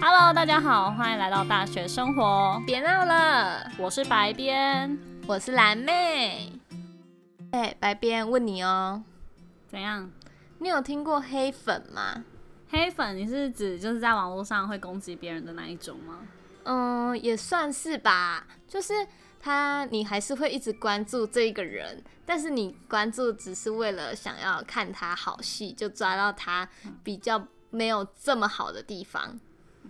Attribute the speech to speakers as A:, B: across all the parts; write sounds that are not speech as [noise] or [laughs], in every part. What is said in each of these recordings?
A: Hello，大家好，欢迎来到大学生活，
B: 别闹了，
A: 我是白边。
B: 我是蓝妹。哎、白边问你哦，
A: 怎样？
B: 你有听过黑粉吗？
A: 黑粉，你是指就是在网络上会攻击别人的那一种吗？
B: 嗯，也算是吧，就是他，你还是会一直关注这一个人，但是你关注只是为了想要看他好戏，就抓到他比较没有这么好的地方。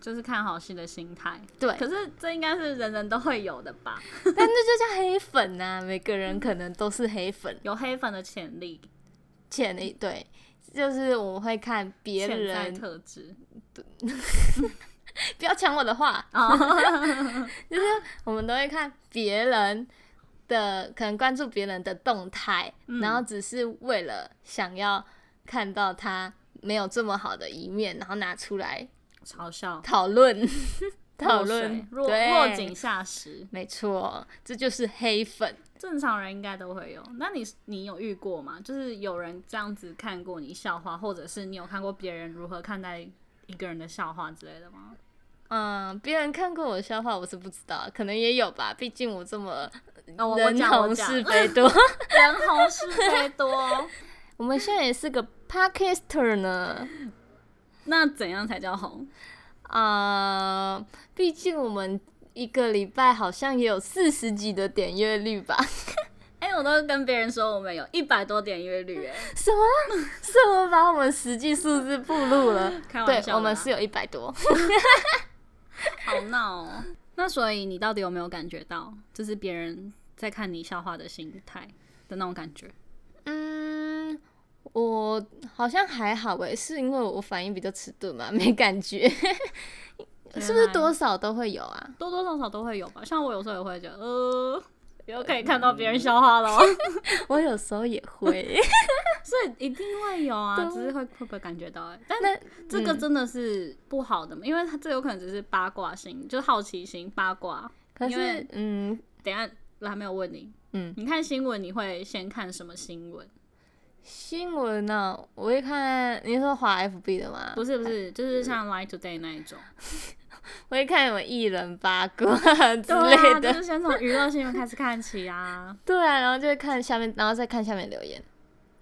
A: 就是看好戏的心态。
B: 对，
A: 可是这应该是人人都会有的吧？
B: 但这就叫黑粉呐、每个人可能都是黑粉。
A: 有黑粉的潜力，
B: 潜力对，就是我会看别
A: 潜在
B: 人，
A: 特
B: [laughs]
A: 质。
B: 不要抢我的话，
A: 哦，
B: 就是我们都会看别人的，可能关注别人的动态，
A: 嗯
B: 然后只是为了想要看到他没有这么好的一面，然后拿出来
A: 嘲笑，
B: 讨论， [laughs] 讨论，
A: 落水
B: 对
A: 落落井，下石，
B: 没错，这就是黑粉。
A: 正常人应该都会有。那你你有遇过吗？就是有人这样子看过你笑话，或者是你有看过别人如何看待一个人的笑话之类的吗？
B: 嗯，别人看过我的笑话，我是不知道，可能也有吧，毕竟我这么
A: 哦，我我
B: 人
A: 讲我
B: 红
A: 讲，
B: 是非多。 [laughs]
A: 人红是非多。
B: 我们现在也是个 podcaster 呢。
A: [laughs] 那怎样才叫红？
B: 啊，毕竟我们一个礼拜好像也有四十几的点阅率
A: [laughs]
B: 吧？
A: 哎、我都跟别人说我们有一百多点阅率，哎，
B: 什么？是我们把我们实际数字暴露了？
A: 开玩
B: 对
A: 笑的，啊
B: 我们是有一百多。
A: 好闹哦。那所以你到底有没有感觉到，就是别人在看你笑话的心态的那种感觉？
B: 嗯，我好像还好诶，是因为我反应比较迟钝嘛， [laughs] 没感觉。
A: 啊
B: 是不是多少都会有啊？
A: 多多少少都会有吧？像我有时候也会觉得，呃，又可以看到别人笑话了，哦
B: 我有时候也会。
A: [laughs] 所以一定会有啊，
B: 对
A: 只是会会不会感觉到、哎，但
B: 那
A: 这个真的是不好的嘛，因为它这有可能只是八卦心，就是好奇心八卦。
B: [laughs] 可
A: 因为
B: 是，嗯
A: 等一下还没有问你，
B: 嗯，
A: 你看新闻你会先看什么新闻？
B: 新闻呢、我会看。你是说华 FB 的吗？
A: 不是不是，就是像 Line Today 那一种
B: 我会看什么艺人八卦之
A: 对
B: 类
A: 啊，
B: 的
A: 就。是先从娱乐新闻开始看起啊。
B: 对啊，然后就会看下面，然后再看下面留言。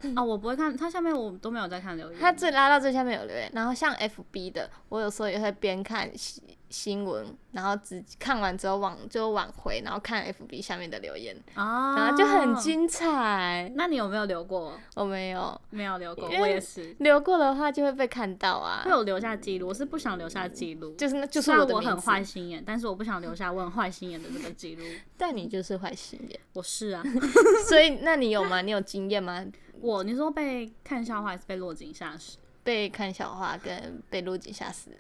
A: [laughs] 啊，我不会看，它下面我都没有在看留言。
B: 它最拉到最下面有留言，然后像 FB 的，我有时候也会边看新新闻，然后只看完之后往就往回，然后看 FB 下面的留言，
A: 啊，
B: 然后就很。精彩。
A: 那你有没有留过？
B: 我没有
A: 没有留过，
B: 因为
A: 我也是。
B: 留过的话就会被看到啊
A: 会，有留下记录，我是不想留下记录。
B: 就是那就是
A: 虽然
B: 的
A: 我
B: 名
A: 很
B: 字
A: 坏，心眼，但是我不想留下我很坏心眼的这个记录。
B: 但你就是坏心眼。 [laughs]
A: 我是 [laughs] 啊，
B: 所以那你有吗？你有经验吗？
A: 我你说被看笑话还是被落井下石？
B: 被看小话跟被录井下死？
A: [laughs]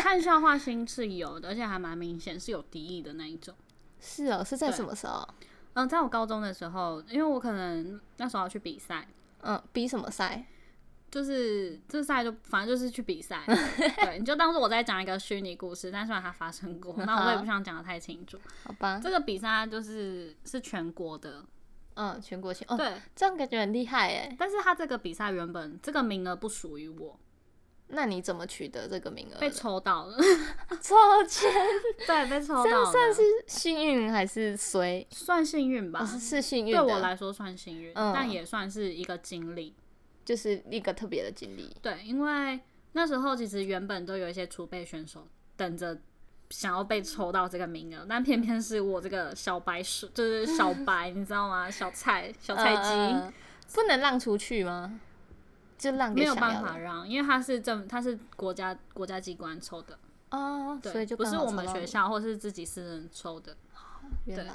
A: 看笑话心是有的，而且还蛮明显，是有敌意的那一种。
B: 是哦，是在
A: 对
B: 什么时候？
A: 嗯，在我高中的时候，因为我可能那时候要去比赛，
B: 嗯，比什么赛？
A: 就是这赛就反正就是去比赛，对，你就当做我在讲一个虚拟故事，但虽然它发生过，那我也不想讲的太清楚。
B: 好吧，
A: 这个比赛就是是全国的，
B: 嗯，全国性哦，
A: 对，
B: 这样感觉很厉害哎。
A: 但是它这个比赛原本这个名额不属于我，
B: 那你怎么取得这个名额
A: 被
B: 的？
A: 抽到了，
B: 抽签，
A: 对，被 [laughs] 抽到
B: 这样
A: 了，
B: 算是幸运还
A: [laughs]
B: 是衰？
A: 算幸运吧
B: 哦，，是是幸运
A: 嗯对
B: 的，
A: 我来说算幸运，
B: 嗯
A: 但也算是一个经历。
B: 就是一个特别的经历。
A: 对，因为那时候其实原本都有一些储备选手等着想要被抽到这个名额，但偏偏是我这个小白鼠，就是小白，你知道吗？小菜小菜鸡、
B: 嗯嗯嗯不能让出去吗？就让
A: 没
B: 给
A: 有
B: 想
A: 办
B: 要
A: 法
B: 的
A: 让，因为他是政，他是国家国家机关抽的，
B: 哦，
A: 对，
B: 所以就
A: 不
B: 刚
A: 是
B: 好
A: 我们
B: 抽到
A: 学
B: 你
A: 校或是自己私人抽的，
B: 原
A: 对
B: 来，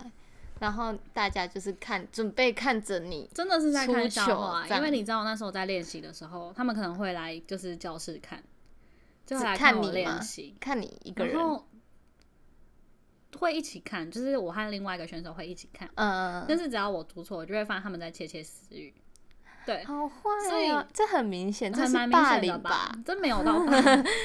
B: 然后大家就是看准备看着你，
A: 真的是在看
B: 出
A: 笑
B: 糗
A: 话。
B: 这
A: 因为
B: 样
A: 你知道那时候在练习的时候，他们可能会来就是教室看，就
B: 只
A: 来
B: 看
A: 我
B: 你吗
A: 练习，
B: 看你一个
A: 然
B: 人，
A: 后会一起看，就是我和另外一个选手会一起看，
B: 嗯，
A: 但是只要我读错，我就会发现他们在窃窃私语。对，
B: 好坏
A: 所以
B: 哦，这很明显，这
A: 还
B: 是
A: 蛮明
B: 霸
A: 显的
B: 凌
A: 吧
B: 吧？？
A: 真没有到
B: [laughs]
A: 霸，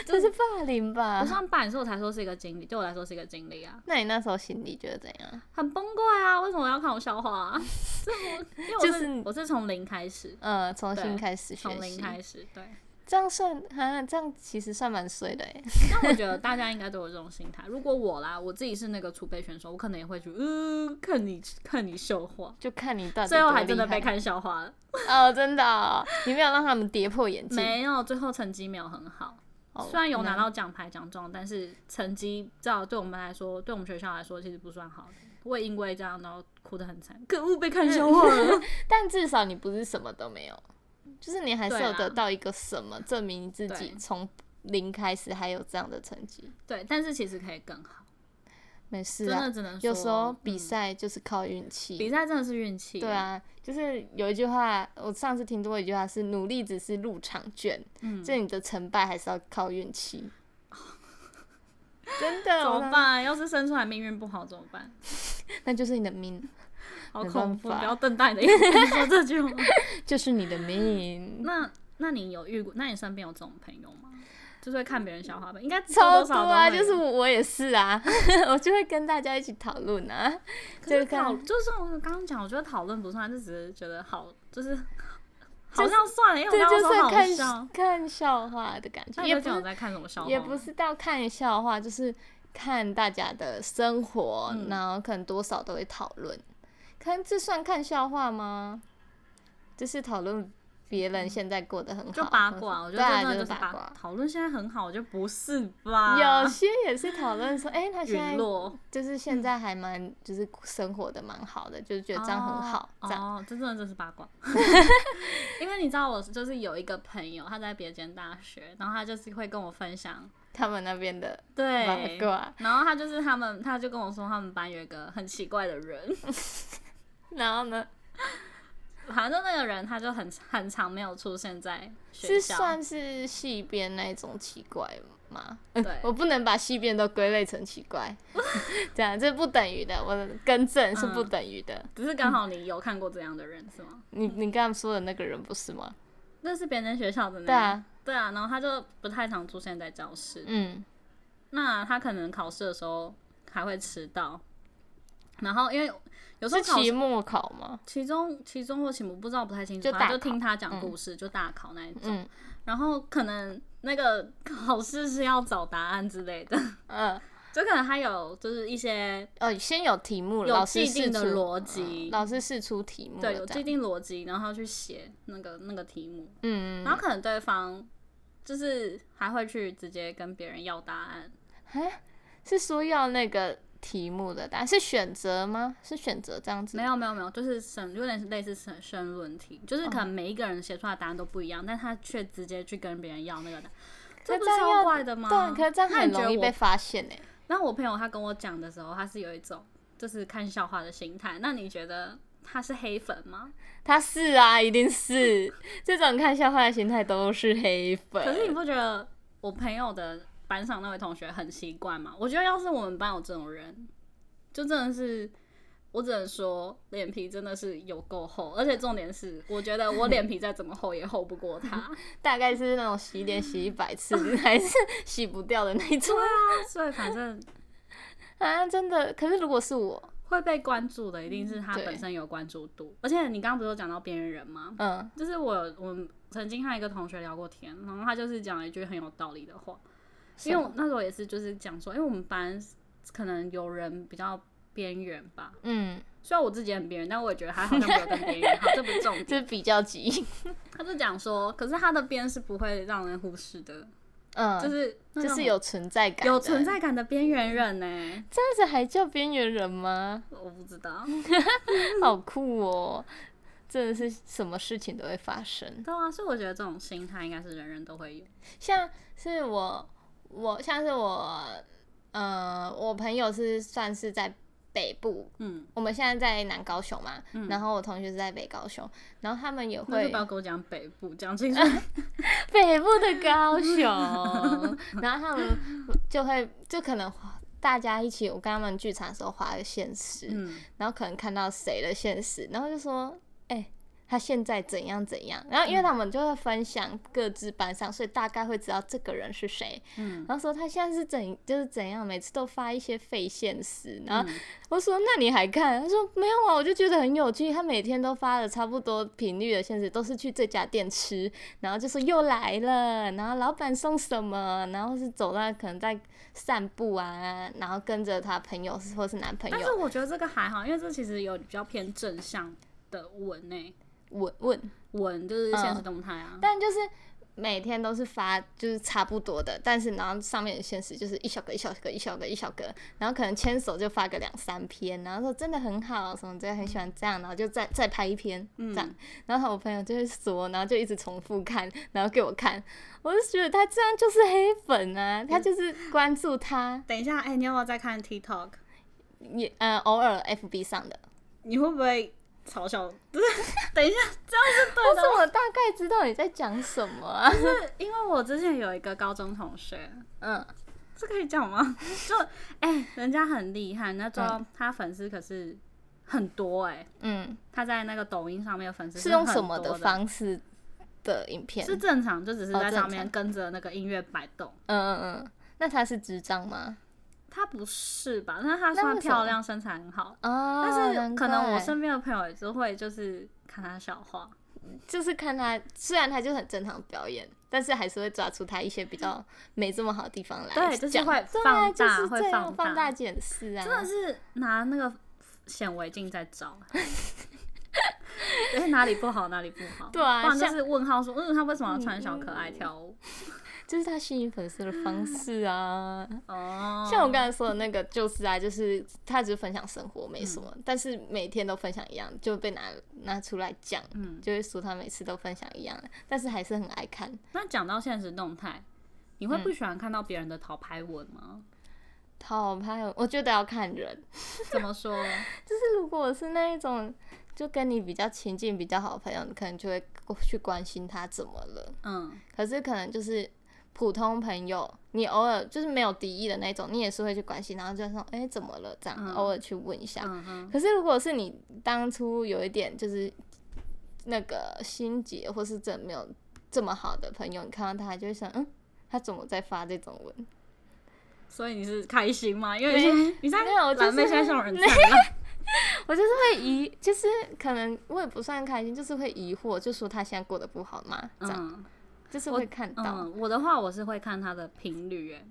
B: 这是霸凌吧
A: 不？算霸凌，所以我才说是一个经历，对我来说是一个经历啊，
B: 那你那时候心里觉得怎样？
A: 很崩溃啊！为什么要看我笑话、啊？ [laughs] 这我因为我、
B: 就是是
A: 我是从零开始，
B: 呃，重新
A: 对
B: 开始学
A: 从零
B: 习，
A: 开始，对，
B: 这样算啊，这样其实算蛮衰的哎。
A: 但我觉得大家应该都有这种心态。如果我啦，我自己是那个储备选手，我可能也会去，嗯，看你看你笑话，
B: [laughs] 就看啊你到底
A: 最后还
B: 多
A: 真的
B: 厉
A: 被
B: 害
A: 看笑话了。
B: 哦，真的哦、你没有让他们跌破眼镜。
A: 没有，最后成绩没有很好。
B: 哦
A: 虽然有拿
B: 那
A: 到奖牌奖状，但是成绩照对我们来说，对我们学校来说其实不算好的。我也因为这样，然后哭得很惨，嗯可恶，被看笑话了。
B: [laughs] 但至少你不是什么都没有，就是你还是
A: 对
B: 有
A: 啦
B: 得到一个什么证明自己
A: 对
B: 从零开始还有这样的成绩。
A: 对，但是其实可以更好，
B: 没事
A: 真
B: 啊
A: 的，只能说
B: 有时候比、
A: 嗯
B: 赛就是靠运气。
A: 比赛真的是运气。
B: 对，啊，就是有一句话，我上次听过一句话是“努力只是入场券”，
A: 嗯，
B: 就你的成败还是要靠运
A: [laughs]
B: 气。真的，
A: 怎
B: 我
A: 么
B: 那
A: 办？要是生出来命运不好怎么办？
B: 那就是你的命，
A: 好
B: 没
A: 恐
B: 办
A: 怖！
B: 法
A: 不要瞪大你的眼睛说这句话。[laughs]
B: [laughs] 就是你的命。
A: 那那你有遇过？那你身边有这种朋友吗？就是会看别人笑话吧？应该
B: 超
A: 多
B: 多
A: 少都
B: 啊！
A: 会
B: 就是
A: 有
B: 我我也是啊， [laughs] 我就会跟大家一起讨论啊。
A: 可是
B: 就看
A: 讨就是我刚刚讲，我觉得讨论不算，就只是觉得好，
B: [laughs]
A: 就是
B: 就
A: 好像算了，因为
B: 这
A: 我刚刚
B: 就是
A: 说好
B: 看
A: 笑。
B: 看笑话的感觉，
A: 那你
B: 也
A: 有
B: 不
A: 讲
B: 是
A: 在看什么笑话吗？
B: 也不是到看笑话，就是看大家的生活，
A: 嗯
B: 然后可能多少都会讨论。可能这算看笑话吗？就是讨论别人现在过得很
A: 嗯
B: 好，
A: 就八
B: 或者
A: 卦，我觉
B: 对
A: 得
B: 啊
A: 这真的
B: 就是
A: 八
B: 卦。
A: 讨论现在很好，我觉得不是吧？
B: 有些也是讨论说，哎、他现
A: 陨
B: 在
A: 落，
B: 就是现
A: 嗯
B: 在还蛮，就是生活的蛮好的，就是觉得这样很好，
A: 哦、
B: 这样
A: 哦，这真的真是八
B: [laughs]
A: 卦。因为你知道，我就是有一个朋友，他在别间大学，然后他就是会跟我分享，
B: 他们那边的八
A: 对，
B: 卦，
A: 然后他就是他们，他就跟我说他们班有一个很奇怪的人，
B: 然后呢
A: 反正那个人他就很很常没有出现在学
B: 是
A: 校，
B: 算是戏编那种奇怪吗？
A: 对
B: 我不能把戏编都归类成奇
A: [laughs]
B: 怪，这样这不等于的，我的更正是
A: 嗯
B: 不等于的。
A: 只是刚好你有看过这样的人是吗？
B: 你你刚刚说的那个人不是吗？
A: 那是别人学校的那
B: 对啊，
A: 对啊，然后他就不太常出现在教室，
B: 嗯，
A: 那他可能考试的时候还会迟到，然后因为有时候
B: 是
A: 考
B: 期末考吗？
A: 期中、期中或期末不知道，不太清楚。
B: 就
A: 反正
B: 大
A: 就听
B: 考
A: 他讲故事，就大考那一种。
B: 嗯
A: 然后可能那个考试是要找答案之类的， [laughs]
B: 嗯，
A: 就可能还有就是一些
B: 哦，先有题目，
A: 有
B: 老
A: 既
B: 师试
A: 定
B: 出
A: 的逻辑
B: 嗯老师试出题目了，
A: 对有
B: 哦这
A: 既
B: 样，
A: 定逻辑，然后去写那个那个题目，
B: 嗯，
A: 然后可能对方就是还会去直接跟别人要答案，
B: 是说要那个题目的答案是选择吗？是选择这样子？
A: 没有没有没有，就是申有点类似申申论题，就是可能
B: 哦
A: 每一个人写出来的答案都不一样，但他却直接去跟别人要那个答案，
B: 可
A: 这不是
B: 这样要
A: 超怪的吗？
B: 对，啊可是这样
A: 那
B: 很
A: 你觉得
B: 容易
A: 我
B: 被发现欸诶、
A: 那我朋友他跟我讲的时候，他是有一种就是看笑话的心态。那你觉得他是黑粉吗？
B: 他是啊，一定
A: [laughs]
B: 是这种看笑话的心态都是黑粉。
A: 可是你不觉得我朋友的班上那位同学很奇怪吗？我觉得要是我们班有这种人，就真的是。我只能说，脸皮真的是有够厚，而且重点是，我觉得我脸皮再怎么厚也厚不过他。
B: 大概是那种洗脸洗一百次还是洗不掉的那
A: [laughs]
B: 种
A: [laughs] 所以反正
B: 啊，真的。可是如果是我，
A: 会被关注的，一定是 [laughs] 他
B: 对
A: 本身有关注度。而且你刚刚不是有讲到边缘人吗？
B: 嗯，
A: 就是我我们曾经和一个同学聊过天，然后他就是讲了一句很有道理的话，因为我那时候也是就是讲说，因为我们班可能有人比较边缘吧，
B: 嗯，
A: 虽然我自己很边缘，但我也觉得他好像没有更边缘，好，这不是
B: [laughs]
A: 重点。
B: 这比较急，
A: 他就讲说，可是他的边是不会让人忽视的，
B: 嗯，
A: 就
B: 就是
A: 那
B: 是
A: 种
B: 有存在感，
A: 有存，在感的边缘人呢、
B: [laughs] 这样子还叫边缘人吗？
A: 我不知道，
B: 好酷哦，真的是什么事情都会发生。
A: 对啊，所以我觉得这种心态应该是人人都会有。
B: 像是我，我像是我，呃，我朋友是算是在北部，
A: 嗯，
B: 我们现在在南高雄嘛，然后我同学是在北高雄，然后他们也
A: 那就
B: 会 [laughs]
A: 不要跟我讲北部，讲清楚。
B: 北部的高雄，
A: [laughs]
B: 然后他们就会就可能大家一起，我跟他们聚餐的时候划个现实，
A: 嗯，
B: 然后可能看到谁的现实，然后就说，哎、他现在怎样怎样。然后
A: 嗯
B: 因为他们就会分享各自班上，所以大概会知道这个人是谁。
A: 嗯，
B: 然后说他现在是怎就是怎样，每次都发一些废现实。
A: 嗯
B: 然后我说那你还看？他说没有啊，我就觉得很有趣。他每天都发了差不多频率的现实，都是去这家店吃，然后就说又来了，然后老板送什么，然后是走到可能在散步啊，然后跟着他朋友或是男朋
A: 但是
B: 友
A: 我觉得这个还好，因为这其实有比较偏正向的文呢、
B: 问问，
A: 文就是现实
B: 嗯
A: 动态啊。
B: 但就是。每天都是发就是差不多的，但是然后上面的现实就是一小个一小个一小个一小个，然后可能牵手就发个两三篇，然后说真的很好什么之类，很喜欢这样，然后就再再拍一篇这样，然后我朋友就会说，然后就一直重复看，然后给我看，我就觉得他这样就是黑粉啊，他就是关注他
A: 等一下，哎、你要不要再看 TikTok？
B: 也呃偶尔 FB 上的，
A: 你会不会嘲笑？ [laughs] 不是，等一下，这
B: 但是我大概知道你在讲什么、啊，
A: 样是因为我之前有一个高中同学，
B: 嗯，
A: 这可以讲吗？ [laughs] 就哎、人家很厉害，那时候他粉丝可是很多哎、
B: [laughs] 嗯，
A: 他在那个抖音上面的粉丝
B: 是
A: 很
B: 用什么
A: 多的
B: 的？方式的影片？
A: 是正常，就只是
B: 哦
A: 在
B: 正
A: 上面
B: 常
A: 跟着那个音乐摆动。
B: 嗯嗯，嗯，那他是智障吗？
A: 他不是吧？那他
B: 那
A: 算
B: 为什
A: 漂
B: 么
A: 亮，身材很好，
B: 哦，
A: 但是
B: 难
A: 可能我
B: 怪
A: 身边的朋友也是会就是看他笑话。
B: 就是看他，虽然他就很正常表演，但是还是会抓出他一些比较没这么好的地方来讲。
A: 对就是会
B: 对啊
A: 放大
B: 就是
A: 会
B: 这样
A: 放大
B: 放大检视啊。
A: 真的是拿那个显微镜在找，
B: [laughs]
A: 哎，哪里不好哪里不好，
B: [laughs] 对啊
A: 不然就
B: 像嗯
A: 是问号说，嗯，他为什么要穿小可爱跳舞？
B: 就是他吸引粉丝的方式啊。
A: 哦，
B: 像我刚才说的那个，就是啊，就是他只是分享生活没什么，
A: 嗯
B: 但是每天都分享一样，就被拿拿出来讲，
A: 嗯
B: 就会说他每次都分享一样的，但是还是很爱看。
A: 那讲到现实动态，你会不
B: 嗯
A: 喜欢看到别人的讨拍文吗？
B: 讨拍，我觉得要看人，
A: 怎么说？
B: 就是如果是那一种就跟你比较亲近、比较好的朋友，你可能就会去关心他怎么了。
A: 嗯，
B: 可是可能就是普通朋友，你偶尔就是没有敌意的那种，你也是会去关心，然后就说哎、诶怎么了这样，
A: 嗯
B: 偶尔去问一下。
A: 嗯哼，
B: 可是如果是你当初有一点就是那个心结，或是真的没有这么好的朋友，你看到他就会想，嗯，他怎么在发这种文？
A: 所以你是开心吗？因为你现你在
B: 没有我就是
A: 蓝妹现在像人灿烂，
B: 我就是会疑，就是可能我也不算开心，就是会疑惑，就说他现在过得不好嘛，这样。
A: 嗯
B: 就是会看到，
A: 嗯，我的话我是会看他的频率，哎，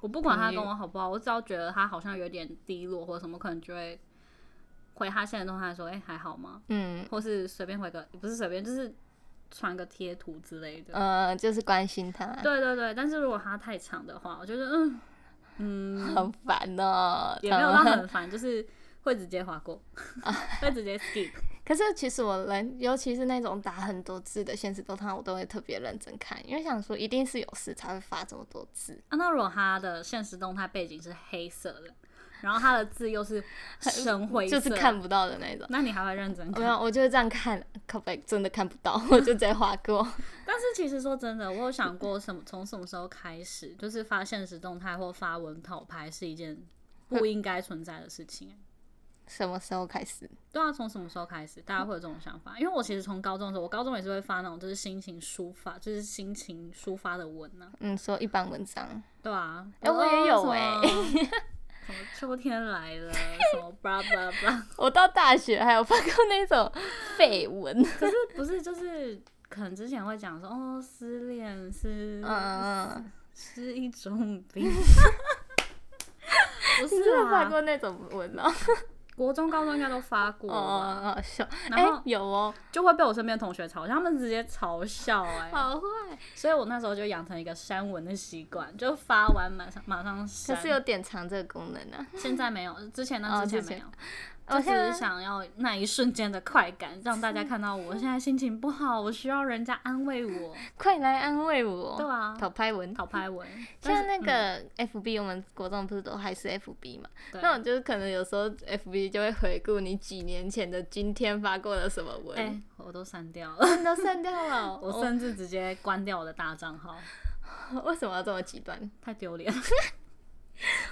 A: 我不管他
B: 频
A: 跟
B: 率
A: 我好不好，我只要觉得他好像有点低落或什么，可能就会回他现在动态说，哎、还好吗？
B: 嗯
A: 或是随便回个，不是随便，就是传个贴图之类的。
B: 呃，就是关心他，
A: 对对对，但是如果他太长的话，我觉得嗯嗯
B: 很烦哦、
A: [laughs] 也没有
B: 他
A: 到
B: 们
A: 很烦，就是会直接划过，
B: 嗯
A: [laughs] 会直接 skip。
B: [laughs] 可是其实我人，尤其是那种打很多字的现实动态，我都会特别认真看，因为想说一定是有事才会发这么多字，
A: 啊，那如果他的现实动态背景是黑色的，然后他的字又是深灰色，
B: [laughs] 就是看不到的那
A: [laughs]
B: 种。
A: 那你还会认真
B: 没
A: 看？
B: 有，我就是这样看，靠背真的看不到，我就直接划过。 [laughs]
A: 但是其实说真的，我有想过什么，从什么时候开始，就是发现实动态或发文讨拍是一件不应该存在的事情、欸。
B: 什么时候开始？
A: 对啊，从什么时候开始，大家会有这种想法？因为我其实从高中的时候，我高中也是会发那种就是心情抒发，就是心情抒发的文呢、
B: 嗯，说一般文章，
A: 对啊，
B: 哎我也有
A: 哎、
B: 欸
A: [laughs] 什么秋天来了，什么 blah blah
B: [laughs]
A: blah，
B: 我到大学还有发过那种绯闻，
A: 可是不是就是可能之前会讲说哦，失恋是
B: 嗯嗯， [laughs] 嗯
A: 是一种
B: [laughs]
A: 病，不
B: 你
A: 是
B: 真的发
A: 啊，
B: 过那种文哦、
A: 国中、高中应该都发过吧，
B: 哦，好笑。
A: 啊然
B: 哎、
A: 后
B: 有哦，
A: 就会被我身边的同学嘲笑，他们直接嘲笑哎、
B: 好坏。
A: 所以我那时候就养成一个删文的习惯，就发完马上马上
B: 可
A: 删。
B: 是有典藏这个功能啊。
A: 现在没有，之前
B: 哦
A: 呢之前
B: 之
A: 没
B: 前
A: 有，
B: 我
A: 我只
B: 现
A: 是
B: 在
A: 想要那一瞬间的快感，让大家看到我现在心情不好，我需要人家安慰我。
B: [laughs] 快来安慰
A: 嗯
B: 我。
A: 对啊，
B: 讨拍哦文，
A: 讨拍文，但
B: 像
A: 是
B: 那
A: 嗯
B: 个 FB，、我们国中不是都还是 FB 嘛？
A: 对
B: 那我就是可能有时候 FB 就会回顾你几年前的今天发过了什么文，
A: 哎、
B: [laughs]
A: 我都删掉了，
B: 真的删掉
A: [laughs]
B: 了。
A: 我甚至直接关掉我的大账号，
B: 哦我为什么要这么极端？
A: 太丢脸了。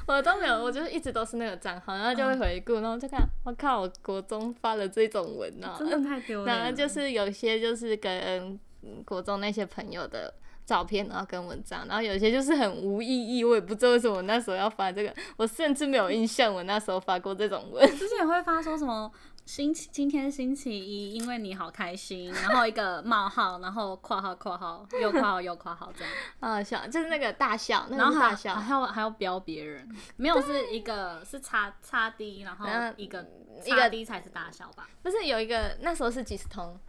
B: 我都没有，我就一直都是那个账号，然后就会回顾，然后就看，我靠，我国中发了这种文呢、
A: 真的太丢脸
B: 然
A: 了。
B: 后就是有些就是跟嗯国中那些朋友的照片，然后跟文章，然后有些就是很无意义，我也不知道为什么我那时候要发这个，我甚至没有印象我那时候发过这种文。
A: 之前会发说什么星期今天星期一，因为你好开心，然后一个冒号，然后括号括号又括号又括号这样，
B: 啊，笑，就是那个大笑， [laughs] 那
A: 然
B: 个
A: 后
B: 是
A: 还
B: 大
A: 有
B: 笑，
A: 还要还要标别人，没有是一个是擦擦低，然后
B: 然后嗯
A: 一个
B: 一个
A: 擦低才是大小吧，
B: 不是有一个那时候是几十通，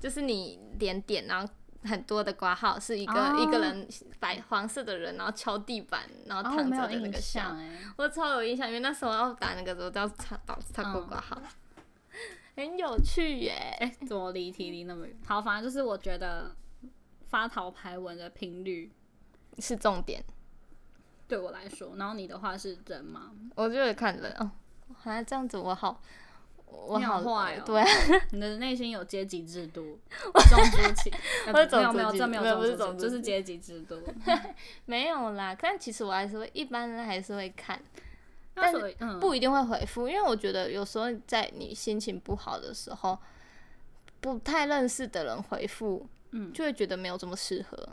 B: 就是你连点，然后很多的挂号是一个、
A: 哦
B: 一个人白黄色的人，然后敲地板，然后
A: 然
B: 躺
A: 后没
B: 着
A: 有
B: 的那
A: 印
B: 个笑
A: 象。哎，
B: 我超有印象，因为那时候要打那个时候都要擦打擦过
A: [laughs]
B: 挂号，很有趣耶。
A: 怎么离题离那么远？好，反正就是我觉得发桃牌文的频率
B: 是重点，
A: 对我来说，然后你的话是真吗？
B: 我就会看人哦，啊这样子我好，我
A: 你好
B: 好
A: 坏哦
B: 对啊，
A: 你的内心有阶级制
B: [laughs]
A: 度，种族歧，呃
B: 我是种
A: 没有没有，
B: 族
A: 这
B: 歧
A: 没
B: 没有不
A: 有
B: 是种族
A: 就
B: 歧
A: 是阶级制
B: [laughs]
A: 度。
B: 没有啦。但其实我还是会，一般人还是会看，
A: 那
B: 但
A: 所以嗯，
B: 不一定会回复，因为我觉得有时候在你心情不好的时候，不太认识的人回复，
A: 嗯
B: 就会觉得没有这么适合，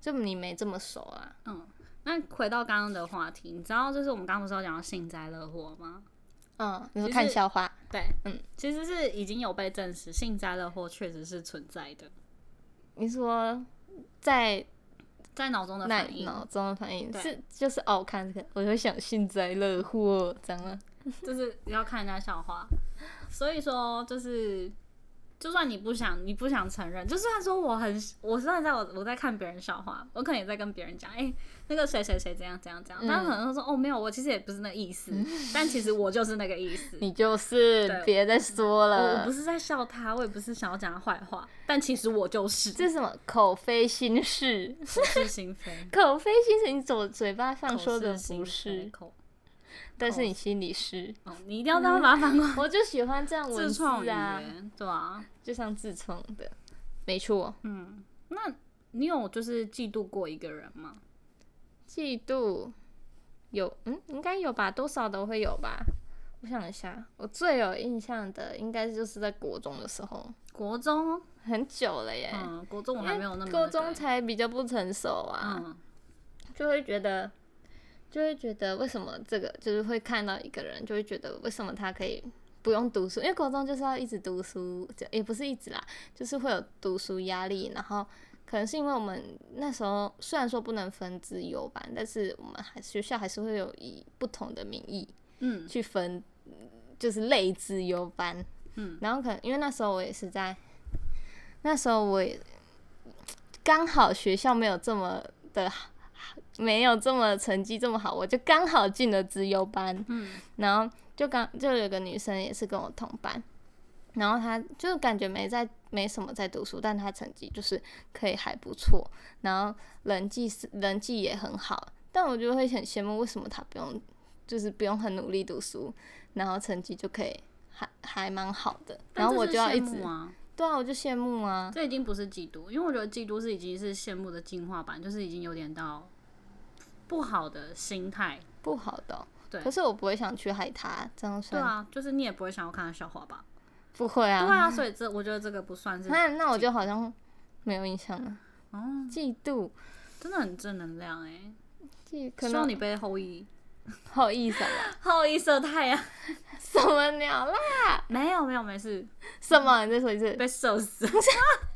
B: 就你没这么熟啊。
A: 嗯，那回到刚刚的话题，你知道就是我们刚刚不是有讲到幸灾乐祸吗？
B: 嗯，你说
A: 就是
B: 看笑话，
A: 对，
B: 嗯，
A: 其实是已经有被证实，幸灾乐祸确实是存在的，
B: 你说在
A: 在脑中的
B: 那嗯
A: 反应，
B: 脑中的反应
A: 对
B: 是就是哦，我看这个我就想幸灾乐祸，啊怎么？ [laughs]
A: 就是要看人家笑话。所以说，就是就算你不想，你不想承认，就算说我很，我虽然在我我在看别人笑话，我可能也在跟别人讲，哎、那个谁谁谁怎样怎样怎样，
B: 嗯
A: 但可能说哦没有，我其实也不是那个意思，但其实我就是那个意思。
B: [laughs] 你就是
A: 对
B: 别再说
A: 我我
B: 了
A: 不，是在笑他，我也不是想要讲他坏话，但其实我就是
B: 这是什么口非心事？
A: 口是心
B: [laughs]
A: 非。
B: 口非心事，你嘴嘴巴上
A: 口
B: 说的
A: 是心
B: 不
A: 非
B: 是，
A: 口，
B: 但是你心里是。
A: 哦，你一定要这样把它反过来，
B: [laughs] 我就喜欢这样文
A: 自
B: 字
A: 创语
B: 啊，
A: 言，对啊，
B: 就像自创的，没错。
A: 嗯，那你有就是嫉妒过一个人吗？
B: 嫉妒有，嗯，应该有吧，多少都会有吧。我想一下，我最有印象的应该就是在国中的时候，
A: 国中，
B: 很久了耶，
A: 嗯，国中我
B: 因
A: 还
B: 为
A: 没有那么、那
B: 高
A: 个
B: 中，才比较不成熟啊，
A: 嗯，
B: 就会觉得，就会觉得为什么这个就是会看到一个人，就会觉得为什么他可以不用读书，因为国中就是要一直读书，就也不是一直啦，就是会有读书压力，然后可能是因为我们那时候虽然说不能分资优班，但是我们还学校还是会有以不同的名义
A: 嗯，
B: 去分，就是类资优班，
A: 嗯，
B: 然后可能因为那时候我也是在，那时候我也刚好学校没有这么的，没有这么成绩这么好，我就刚好进了资优班，
A: 嗯，
B: 然后就刚就有个女生也是跟我同班。然后她就感觉没在没什么在读书，但她成绩就是可以还不错，然后人际是人际也很好，但我就会很羡慕为什么她不用就是不用很努力读书，然后成绩就可以还还蛮好的。
A: 但
B: 然后
A: 这
B: 我
A: 是
B: 就要
A: 羡
B: 一直
A: 慕啊，
B: 对啊，我就羡慕啊。
A: 这已经不是嫉妒，因为我觉得嫉妒是已经是羡慕的进化版，就是已经有点到不好的心态，
B: 不好的哦、
A: 对
B: 可是我不会想去害他，这样
A: 对
B: 算、
A: 啊，就是你也不会想要看他笑话吧？
B: 不会
A: 对
B: 啊。
A: 啊，所以这我觉得这个不算啊
B: [laughs]
A: 是，
B: 那那我就好像没有印象了。
A: 哦，
B: 嫉妒，
A: 真的很正能量哎、
B: 嫉可
A: 希望
B: 能
A: 你被后羿
B: 好意思啊， [laughs]
A: 后羿射太阳， [laughs]
B: 什么鸟啦？
A: 没有没有没事，
B: 什么？你再说一次。
A: 嗯被射死。 [laughs]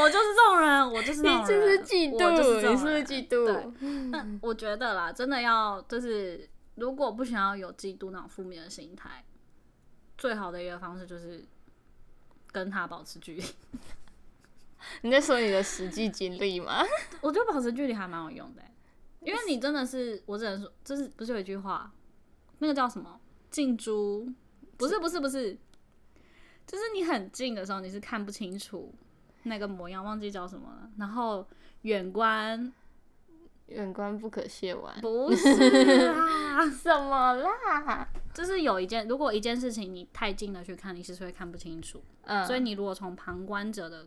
A: 我就是这种人，我就是
B: 你
A: 那种
B: 这
A: 人
B: 是嫉
A: 我就是这种
B: 妒，你是不是
A: 人
B: 嫉
A: 对
B: 妒？
A: 那我觉得啦，真的要就是，如果不想要有嫉妒那种负面的心态，最好的一个方式就是跟他保持距离。
B: 你在说你的实际经历吗？
A: [laughs]
B: [laughs]
A: 我觉得保持距离还蛮有用的欸、因为你真的是，我只能说，就是不是有一句话，那个叫什么“近朱”？不是，不是，不是，就是你很近的时候，你是看不清楚那个模样，忘记叫什么了。然后远观
B: 远观不可亵玩，
A: 不是啊，
B: 什么啦？
A: 就是有一件，如果一件事情你太近的去看，你其实会看不清楚。
B: 嗯，
A: 所以你如果从旁观者的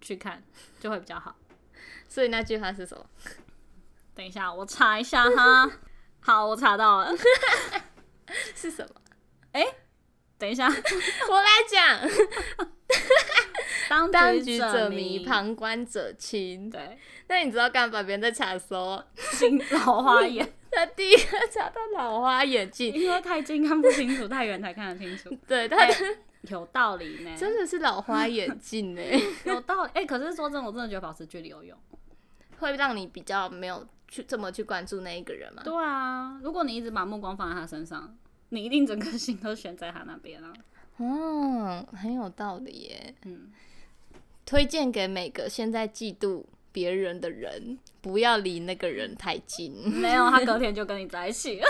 A: 去看，就会比较好。 [laughs]
B: 所以那句话是什么？
A: 等一下，我查一下哈。好，我查到了。
B: 是什么？
A: 等一下，
B: 我来讲，
A: 当
B: 当局
A: 局
B: 者迷，
A: 迷。
B: 旁观者清。
A: 对，
B: 那你知道干嘛别人在查搜？
A: 进老花眼，
B: 他第一个 [laughs] 查到老花眼镜，
A: 因为太近看不清楚，太远才看得清楚。
B: 对，他
A: 哎有道理呢，
B: 真的是老 [laughs] 花眼镜欸呢，
A: [laughs] 有道理。哎、可是说真的，我真的觉得保持距离有用。啊
B: 会让你比较没有去这么去关注那一个人嘛？
A: 对啊，如果你一直把目光放在他身上，你一定整个心都悬在他那边啊。
B: 嗯，很有道理耶。
A: 嗯，
B: 推荐给每个现在嫉妒别人的人，不要离那个人太近。 [laughs]
A: 没有，他隔天就跟你在一起了。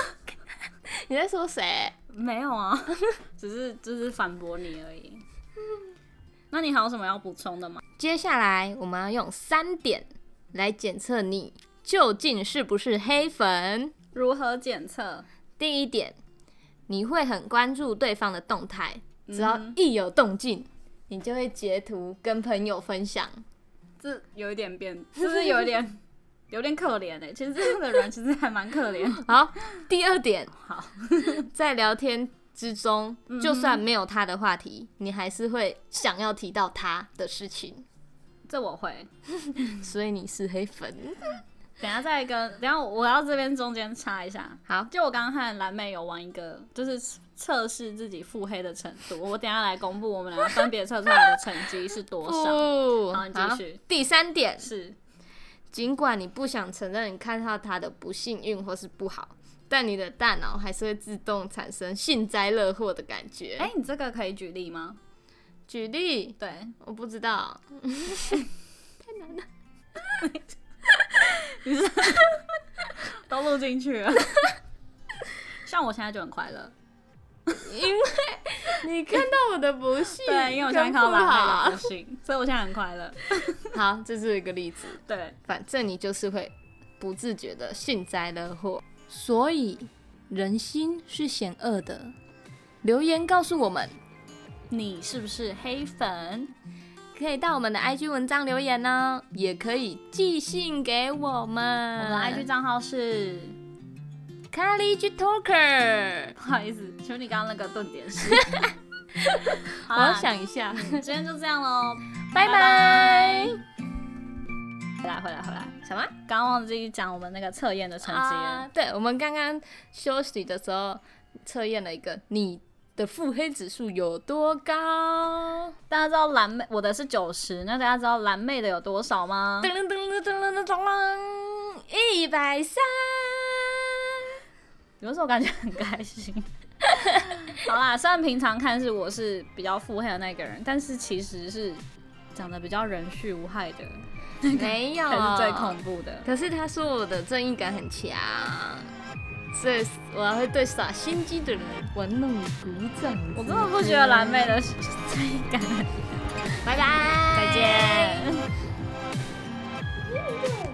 B: 你在说谁？
A: 没有啊， [laughs] 只是就是反驳你而已。那你还有什么要补充的吗？
B: 接下来我们要用三点来检测你究竟是不是黑粉。
A: 如何检测？
B: 第一点，你会很关注对方的动态，只要
A: 嗯
B: 一有动静，你就会截图跟朋友分享。
A: 这有一点变，就是有一点 [laughs] 有点可怜哎、其实这样的人其实还蛮可怜。 [laughs]
B: 好，第二点，
A: 好，
B: [laughs]
A: 嗯
B: 在聊天之中，就算没有他的话题，你还是会想要提到他的事情，
A: 这我会。嗯
B: 所以你是黑粉。
A: 等一下再跟，等一下我要这边中间插一下。
B: 好，
A: 就我刚刚和蓝妹有玩一个，就是测试自己腹黑的程度。我等一下来公布我们两个分别测出来的成绩是多
B: [laughs] 哦
A: 少。
B: 不
A: 好你继续
B: 第三点，
A: 是，
B: 尽管你不想承认你看到他的不幸运或是不好，但你的大脑还是会自动产生幸灾乐祸的感觉。
A: 哎、你这个可以举例吗？
B: 举例，
A: 对，
B: 我不知道，
A: 都录进去了。 [laughs] 嗯像我现在就很快乐，
B: 因为你看到我的不幸，
A: 对，因为我现在看到
B: 跟不
A: 蓝妹的
B: 好
A: 不。幸，所以我现在很快乐。
B: 好，这是一个例子。
A: 对，
B: 反正你就是会不自觉的幸灾乐祸。所以人心是险恶的。留言告诉我们，
A: 你是不是黑粉？
B: 可以到我们的 IG 文章留言呢、也可以寄信给我
A: 我
B: 们。
A: 们的 IG 呃账号是，
B: College Talker，
A: 不好意思，请问你刚刚那个顿点
B: [laughs]
A: 是？
B: 我
A: 好啦
B: 要，想一下，
A: 嗯今天就这样喽。
B: 拜拜。
A: 回来，回来，回来。
B: 什么？
A: 刚忘记讲我们那个测验的成绩了。
B: 啊？对，我们刚刚休息的时候测验了一个你的腹黑指数有多高。
A: 大家知道蓝妹我的是九十，那大家知道蓝妹的有多少吗
B: 噔？噔噔噔噔噔噔噔，一百三。
A: 有的时候感觉很开心。 [laughs] 好啦，虽然平常看是我是比较腹黑的那个人，但是其实是长得比较人畜无害的，
B: 没有，
A: 才是最恐怖的。
B: 可是他说我的正义感很强，所以我会对耍心机的人玩弄鼓掌。
A: 我真的不觉得蓝妹的这一感。
B: 拜拜，
A: 再见。
B: 见。